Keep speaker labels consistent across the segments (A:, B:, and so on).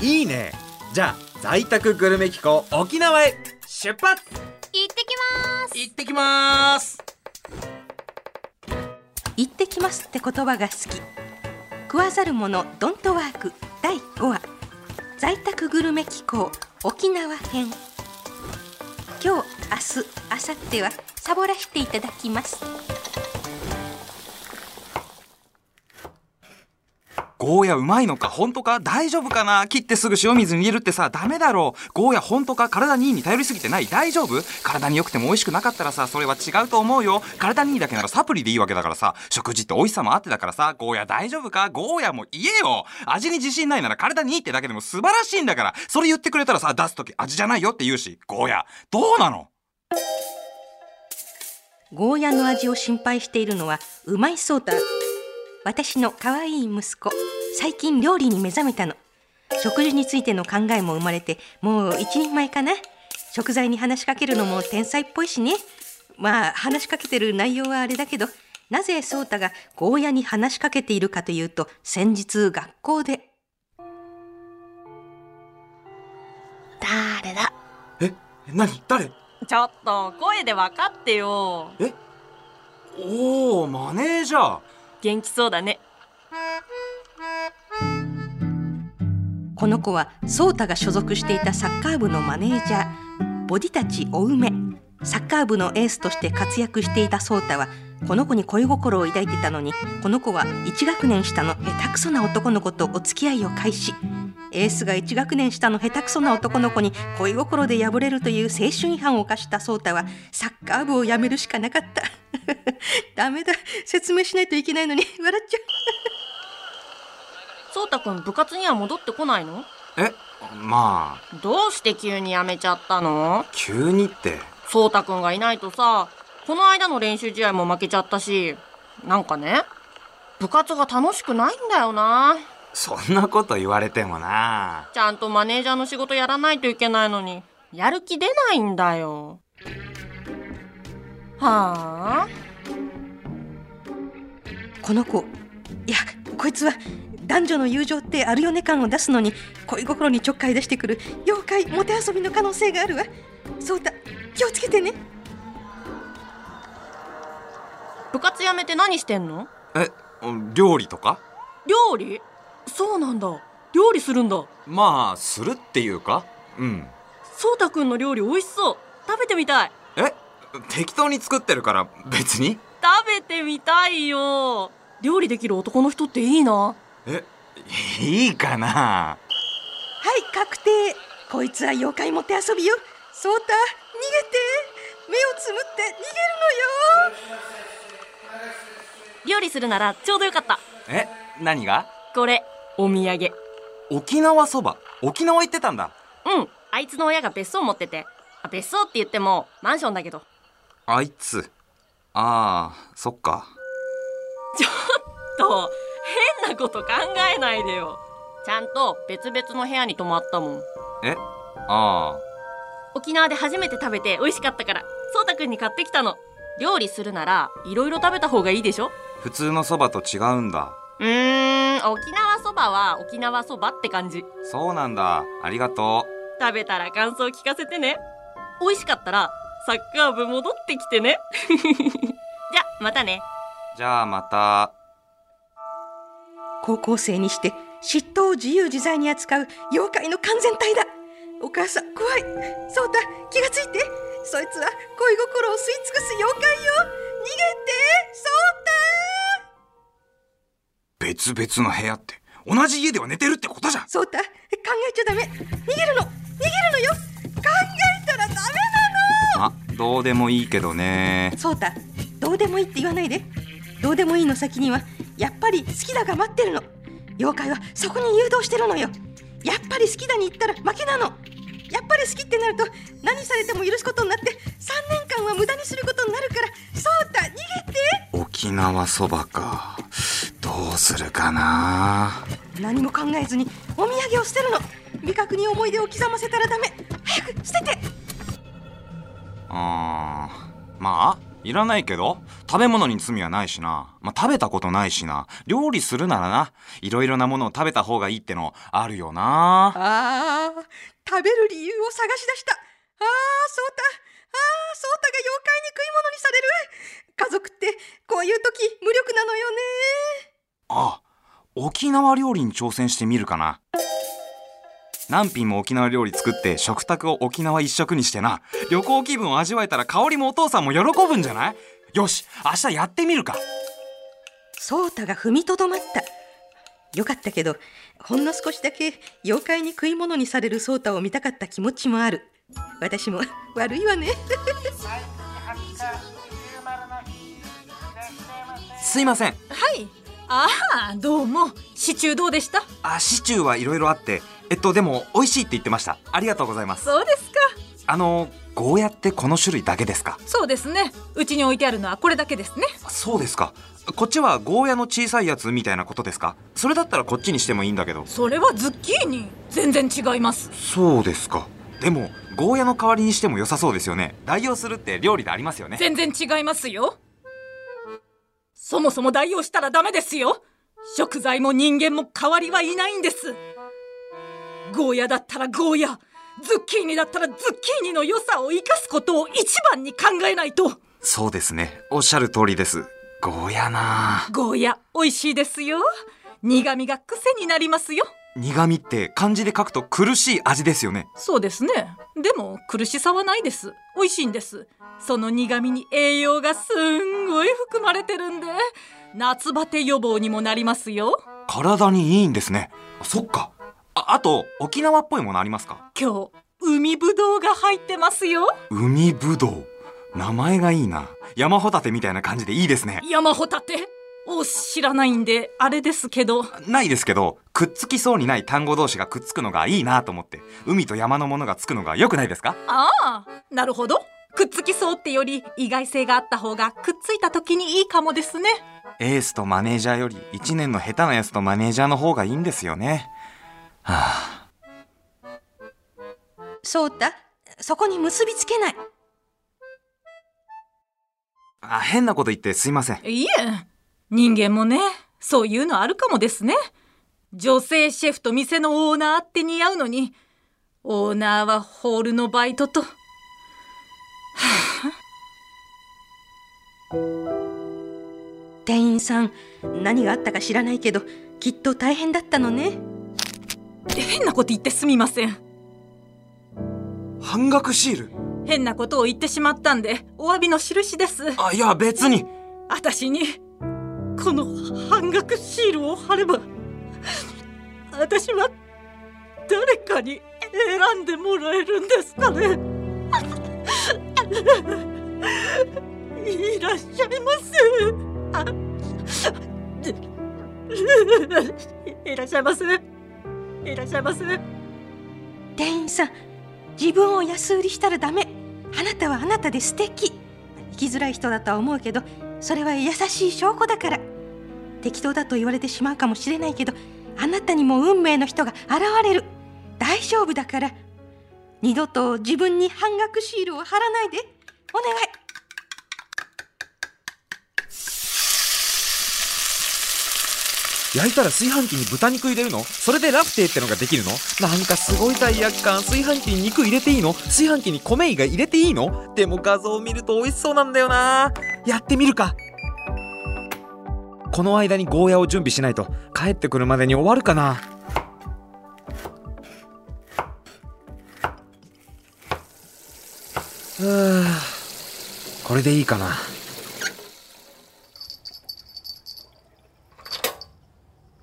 A: いいねじゃあ在宅グルメ機構沖縄へ出発
B: 行ってきます
C: 行ってきます
D: 行ってきますって言葉が好き食わざる者ドントワーク第5話在宅グルメ機構沖縄編今日明日明後日はサボらせていただきます
E: ゴーヤうまいのか本当か大丈夫かな切ってすぐ塩水に入れるってさダメだろうゴーヤ本当か体にいいに頼りすぎてない大丈夫体に良くても美味しくなかったらさそれは違うと思うよ体にいいだけならサプリでいいわけだからさ食事って美味しさもあってだからさゴーヤ大丈夫かゴーヤも言えよ味に自信ないなら体にいいってだけでも素晴らしいんだからそれ言ってくれたらさ出す時味じゃないよって言うしゴーヤどうなの
D: ゴーヤの味を心配しているのはうまいそうた私の可愛い息子最近料理に目覚めたの食事についての考えも生まれてもう一人前かな食材に話しかけるのも天才っぽいしねまあ話しかけてる内容はあれだけどなぜソータがゴーヤに話しかけているかというと先日学校で
B: 誰だ
E: え何誰
F: ちょっと声で分かってよ
E: おおマネージャー
F: 元気そうだね
D: この子はソータが所属していたサッカー部のマネージャーボディタチお梅サッカー部のエースとして活躍していたソータはこの子に恋心を抱いてたのにこの子は1学年下の下手くそな男の子とお付き合いを開始エースが1学年下の下手くそな男の子に恋心で破れるという青春違反を犯したソータはサッカー部を辞めるしかなかった ダメだ説明しないといけないのに笑っちゃう
F: そうたくん部活には戻ってこないの
E: えまあ
F: どうして急に辞めちゃったの
E: 急にって
F: そうたくんがいないとさこの間の練習試合も負けちゃったしなんかね部活が楽しくないんだよな
E: そんなこと言われてもな
F: ちゃんとマネージャーの仕事やらないといけないのにやる気出ないんだよはあ
D: この子いやこいつは男女の友情ってあるよね感を出すのに恋心にちょっかい出してくる妖怪もて遊びの可能性があるわそうだ気をつけてね
F: 部活辞めて何してんの
E: え料理とか
F: 料理そうなんだ料理するんだ
E: まあするっていうかうん
F: そうたくんの料理美味しそう食べてみたい
E: え適当に作ってるから別に
F: 食べてみたいよ料理できる男の人っていいな
E: えいいかな
D: はい確定こいつは妖怪もて遊びよそうた逃げて目をつむって逃げるのよ
F: 料理するならちょうどよかった
E: え何が
F: これお土産
E: 沖縄そば沖縄行ってたんだ
F: うんあいつの親が別荘持っててあ別荘って言ってもマンションだけど
E: あいつああそっか
F: と変なこと考えないでよちゃんと別々の部屋に泊まったもん
E: えあ
F: 沖縄で初めて食べて美味しかったからそうたくんに買ってきたの料理するならいろいろ食べた方がいいでしょ
E: あ普通のそばと違うんだ
F: うーん沖縄そばは沖縄そばって感じ
E: そうなんだありがと
F: 食べたら感想聞かせてね美味しかったらサッカー部戻ってきてね じゃまたね
E: うじゃあまた
D: 高校生にして嫉妬を自由自在に扱う妖怪の完全体だお母さん怖いそうだ気がついてそいつは恋心を吸い尽くす妖怪よ逃げてそうだ
E: 別々の部屋って同じ家では寝てるってことじゃん
D: そうだ考えちゃダメ逃げるの逃げるのよ考えたらダメな
E: あどうでもいいけどね
D: のそうだどうでもいいって言わないでどうでもいいの先にはやっぱり好きだが待ってるの妖怪はそこに誘導してるのよやっぱり好きだに言ったら負けなのやっぱり好きってなると何されても許すことになって3年間は無駄にすることになるからそうだ逃げて
E: 沖縄そばかどうするかな
D: 何も考えずにお土産を捨てるの味覚に思い出を刻ませたらダメ早く捨てて
E: あーまあいらないけど食べ物に罪はないしな。まあ、食べたことないしな。料理するならな。いろいろなものを食べた方がいいってのあるよな。
D: ああ、食べる理由を探し出した。ああ、そうた。ああ、そうたが妖怪に食い物にされる。家族ってこういう時無力なのよね。
E: あ、沖縄料理に挑戦してみるかな。何品も沖縄料理作って食卓を沖縄一食にしてな。旅行気分を味わえたら香りもお父さんも喜ぶんじゃないよし、明日やってみるか。
D: そうたが踏みとどまった。よかったけど、ほんの少しだけ妖怪に食い物にされるそうたを見たかった気持ちもある。私も 悪いわね。
E: すいません。
F: はいああどうもシチューどうでした
E: あ、シチューはいろいろあって。えっと、でも、美味しいって言ってました。ありがとうございます。
F: そうですか
E: あの、ゴーヤってこの種類だけですか
F: そうですねうちに置いてあるのはこれだけですね
E: そうですか。こっちはゴーヤの小さいやつみたいなことですかそれだったらこっちにしてもいいんだけど。
F: それはズッキーニ全然違います
E: そうですか。でも、ゴーヤの代わりにしても良さそうですよね。代用するって料理でありますよね。
F: 全然違いますよそもそも代用したらダメですよ食材も人間も代わりはいないんですゴーヤだったらゴーヤズッキーニだったらズッキーニの良さを生かすことを一番に考えないと
E: そうですね。おっしゃる通りです。ゴーヤなあ
F: ゴーヤ美味しいですよ苦味が癖になりますよ
E: 苦味って漢字で書くと苦しい味ですよね。
F: そうですねでも苦しさはないです美味しいんですその苦味に栄養がすんごい含まれてるんで夏バテ予防にもなりますよ
E: 体にいいんですね。そっか。あ、あと、沖縄っぽいものありますか
F: 今日海ぶどうが入ってますよ
E: 海ぶどう。名前がいいな。山ホタテみたいな感じでいいですね。
F: 山ホタテを知らないんであれですけど
E: ないですけど、くっつきそうにない単語同士がくっつくのがいいなと思って、海と山のものがつくのが良くないですか
F: ああなるほどくっつきそうってより意外性があった方がくっついた時にいいかもですね
E: エースとマネージャーより1年の下手なやつとマネージャーの方がいいんですよね。はあ、
D: そうた、そこに結びつけない。
E: あ変なこと言ってすいません。
F: いえ人間もねそういうのあるかもですね女性シェフと店のオーナーって似合うのにオーナーはホールのバイトとは
D: 店員さん、何があったか知らないけど、きっと大変だったのね。
F: あ変なこと言ってすみません
E: 半額シール
F: 変なことを言ってしまったんでお詫びの印です
E: あ、いや別に。
F: 私にこの半額シールを貼れば私は誰かに選んでもらえるんですかねいらっしゃいませいらっしゃいませいらっしゃいませ
D: 店員さん自分を安売りしたらダメあなたはあなたで素敵生きづらい人だとは思うけどそれは優しい証拠だから適当だと言われてしまうかもしれないけどあなたにも運命の人が現れる大丈夫だから二度と自分に半額シールを貼らないでお願い
G: 焼いたら炊飯器に豚肉入れるのそれでラフテーってのができるのなんかすごい罪悪感炊飯器に肉入れていいの炊飯器に米が入れていいのでも画像を見ると美味しそうなんだよなやってみるかこの間にゴーヤを準備しないと帰ってくるまでに終わるかな はあこれでいいかな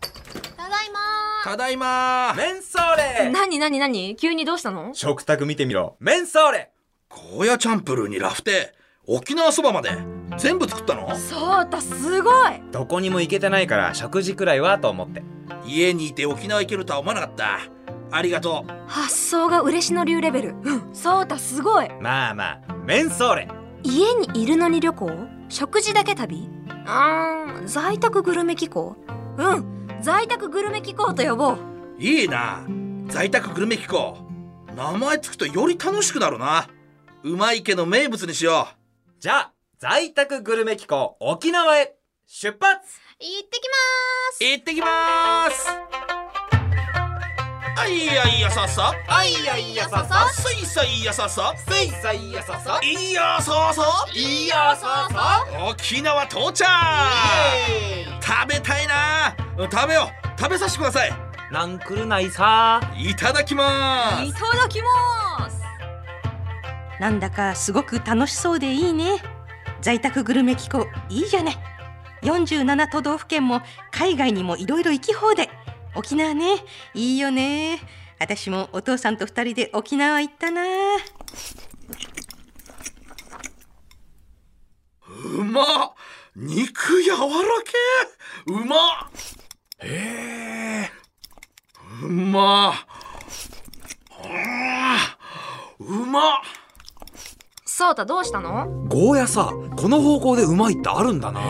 H: ただいまー
G: ただいまメンソーレ
I: なになになに急にどうしたの
G: 食卓見てみろメンソーレ
J: ゴーヤチャンプルーにラフテー沖縄そばまで全部作ったの
I: そうたすごい
G: どこにも行けてないから食事くらいはと思って
J: 家にいて沖縄行けるとは思わなかったありがとう
I: 発想が嬉野流レベルうんそうたすごい
G: まあまあメンソーレ
H: 家にいるのに旅行食事だけ旅あー在宅グルメ機構うん在宅グルメ機構と呼ぼう
J: いいな在宅グルメ機構名前つくとより楽しくなるなうまいけど名物にしよ
G: じゃあ
E: 在宅グルメ機構沖縄へ出発
K: 行ってきます
L: 行ってきます
J: あいやいやさっさ
E: あいやいやさ
J: あすいさいやさっさ
E: せいさいやささ
J: いやそうそう
E: いいやささ
J: 沖縄到着食べたいな食べよう食べさせてください
L: なんくるないさ
J: いただきま
B: い
J: す
B: ただきます
D: なんだかすごく楽しそうでいいね在宅グルメ機構いいじゃない47都道府県も海外にもいろいろ行き放題沖縄ねいいよね私もお父さんと二人で沖縄行ったな
J: うまっ肉柔らけうまっへえうまっあーうまっ
B: ソータどうしたの
E: ゴーヤさこの方向でうまいってあるんだな
B: あ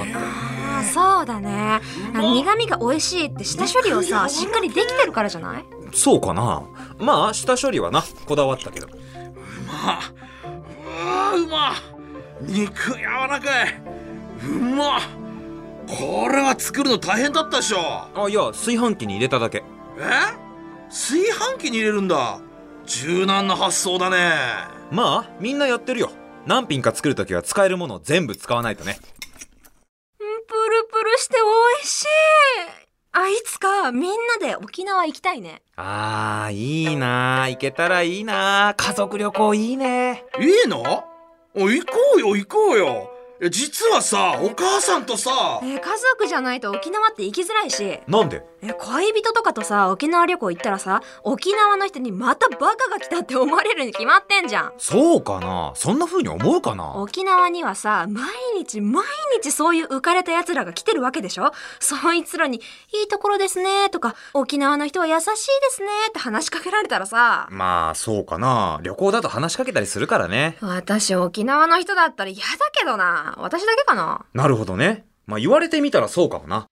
B: あそうだねあの苦味が美味しいって下処理をさしっかりできてるからじゃない
E: そうかなまあ下処理はなこだわったけど
J: まっうわーうまっ肉柔らかいうまっこれは作るの大変だったでしょ
E: あいや炊飯器に入れただけ
J: え炊飯器に入れるんだ柔軟な発想だね
E: まあみんなやってるよ何品か作るときは使えるものを全部使わないとね
B: プルプルして美味しいあいつかみんなで沖縄行きたいね
E: あーいいなー行けたらいいなー家族旅行いいね
J: いいのお行こうよ行こうよえ実はさお母さんとさ
B: えー家族じゃないと沖縄って行きづらいしえ
E: なんで
B: 恋人とかとさ沖縄旅行行ったらさ沖縄の人にまたバカが来たって思われるに決まってんじゃん
E: そうかなそんな風に思うかな
B: 沖縄にはさ毎日毎日そういう浮かれた奴らが来てるわけでしょそいつらに「いいところですね」とか「沖縄の人は優しいですね」って話しかけられたらさ
E: まあそうかな旅行だと話しかけたりするからね
B: 私沖縄の人だったら嫌だけどな私だけかな
E: なるほどねまあ言われてみたらそうかもな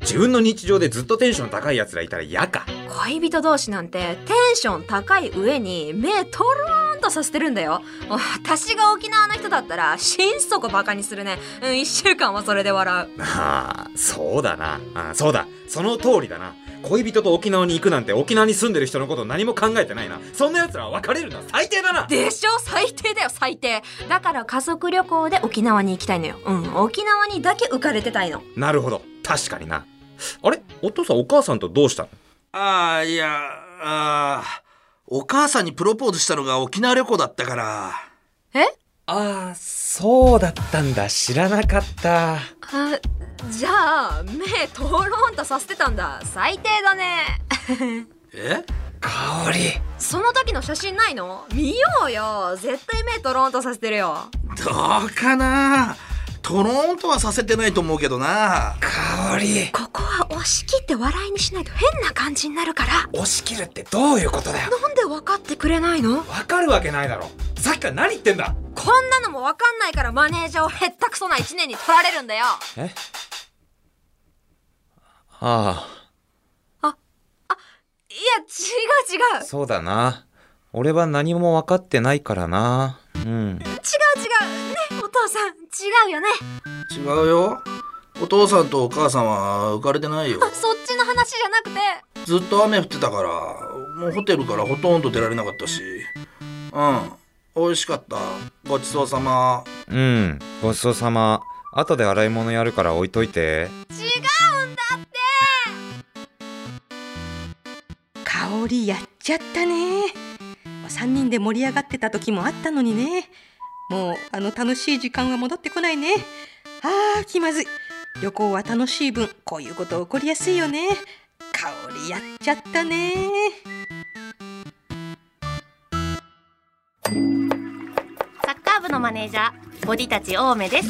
E: 自分の日常でずっとテンション高い奴らいたら嫌か
B: 恋人同士なんてテンション高い上に目トローンとさせてるんだよ私が沖縄の人だったら心底バカにするね、うん、1週間はそれで笑う
E: ああそうだなあそうだその通りだな恋人と沖縄に行くなんて沖縄に住んでる人のこと何も考えてないなそんな奴らは別れるのは最低だな
B: でしょ最低だよ最低だから家族旅行で沖縄に行きたいのようん沖縄にだけ浮かれてたいの
E: なるほど確かになあれお父さんお母さんとどうしたの
J: ああいやあーお母さんにプロポーズしたのが沖縄旅行だったから
E: ああそうだったんだ知らなかった
B: あじゃあ目トローンとさせてたんだ最低だね
J: え
E: 香り
B: その時の写真ないの見ようよ絶対目トローンとさせてるよ
J: どうかなトローンとはさせてないと思うけどな
E: 香り
B: ここは押し切って笑いにしないと変な感じになるから
E: 押し切るってどういうことだよ
B: なんで分かってくれないの
E: わかるわけないだろさっきから何言ってんだ
B: こんなのも分かんないからマネージャーをへったくそな一年に取られるんだよ
E: あ
B: いや違う違
E: あ
B: う
E: そうだな俺は何も分かってないからなうん
B: 違う違うねお父さん違うよね
J: 違うよお父さんとお母さんは浮かれてないよ
B: あそっちの話じゃなくて
J: ずっと雨降ってたからもうホテルからほとんど出られなかったしうん美味しかったごちそうさま
M: うん、ごちそうさま。後で洗い物やるから置いといて。
B: 違うんだって
D: 香りやっちゃったね3人で盛り上がってた時もあったのにねもうあの楽しい時間は戻ってこないねあー気まずい旅行は楽しい分こういうこと起こりやすいよね香りやっちゃったね
F: サッカー部のマネージャーボディたち青梅です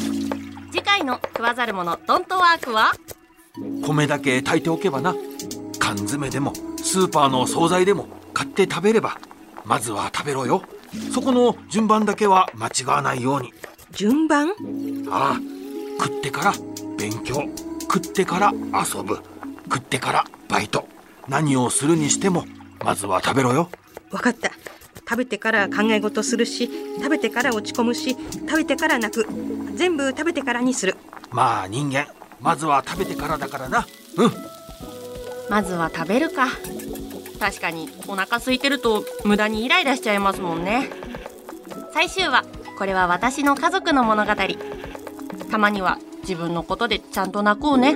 F: 次回の食わざる者ドントワークは
J: 米だけ炊いておけばな缶詰でもスーパーの惣菜でも買って食べればまずは食べろよそこの順番だけは間違わないように
D: 順番
J: ああ食ってから勉強食ってから遊ぶ食ってからバイト何をするにしてもまずは食べろよ
D: わかった食べてから考え事するし食べてから落ち込むし食べてから泣く全部食べてからにする
J: まあ人間まずは食べてからだからな
F: まずは食べるか確かにお腹空いてると無駄にイライラしちゃいますもんね最終話これは私の家族の物語たまには自分のことでちゃんと泣こうね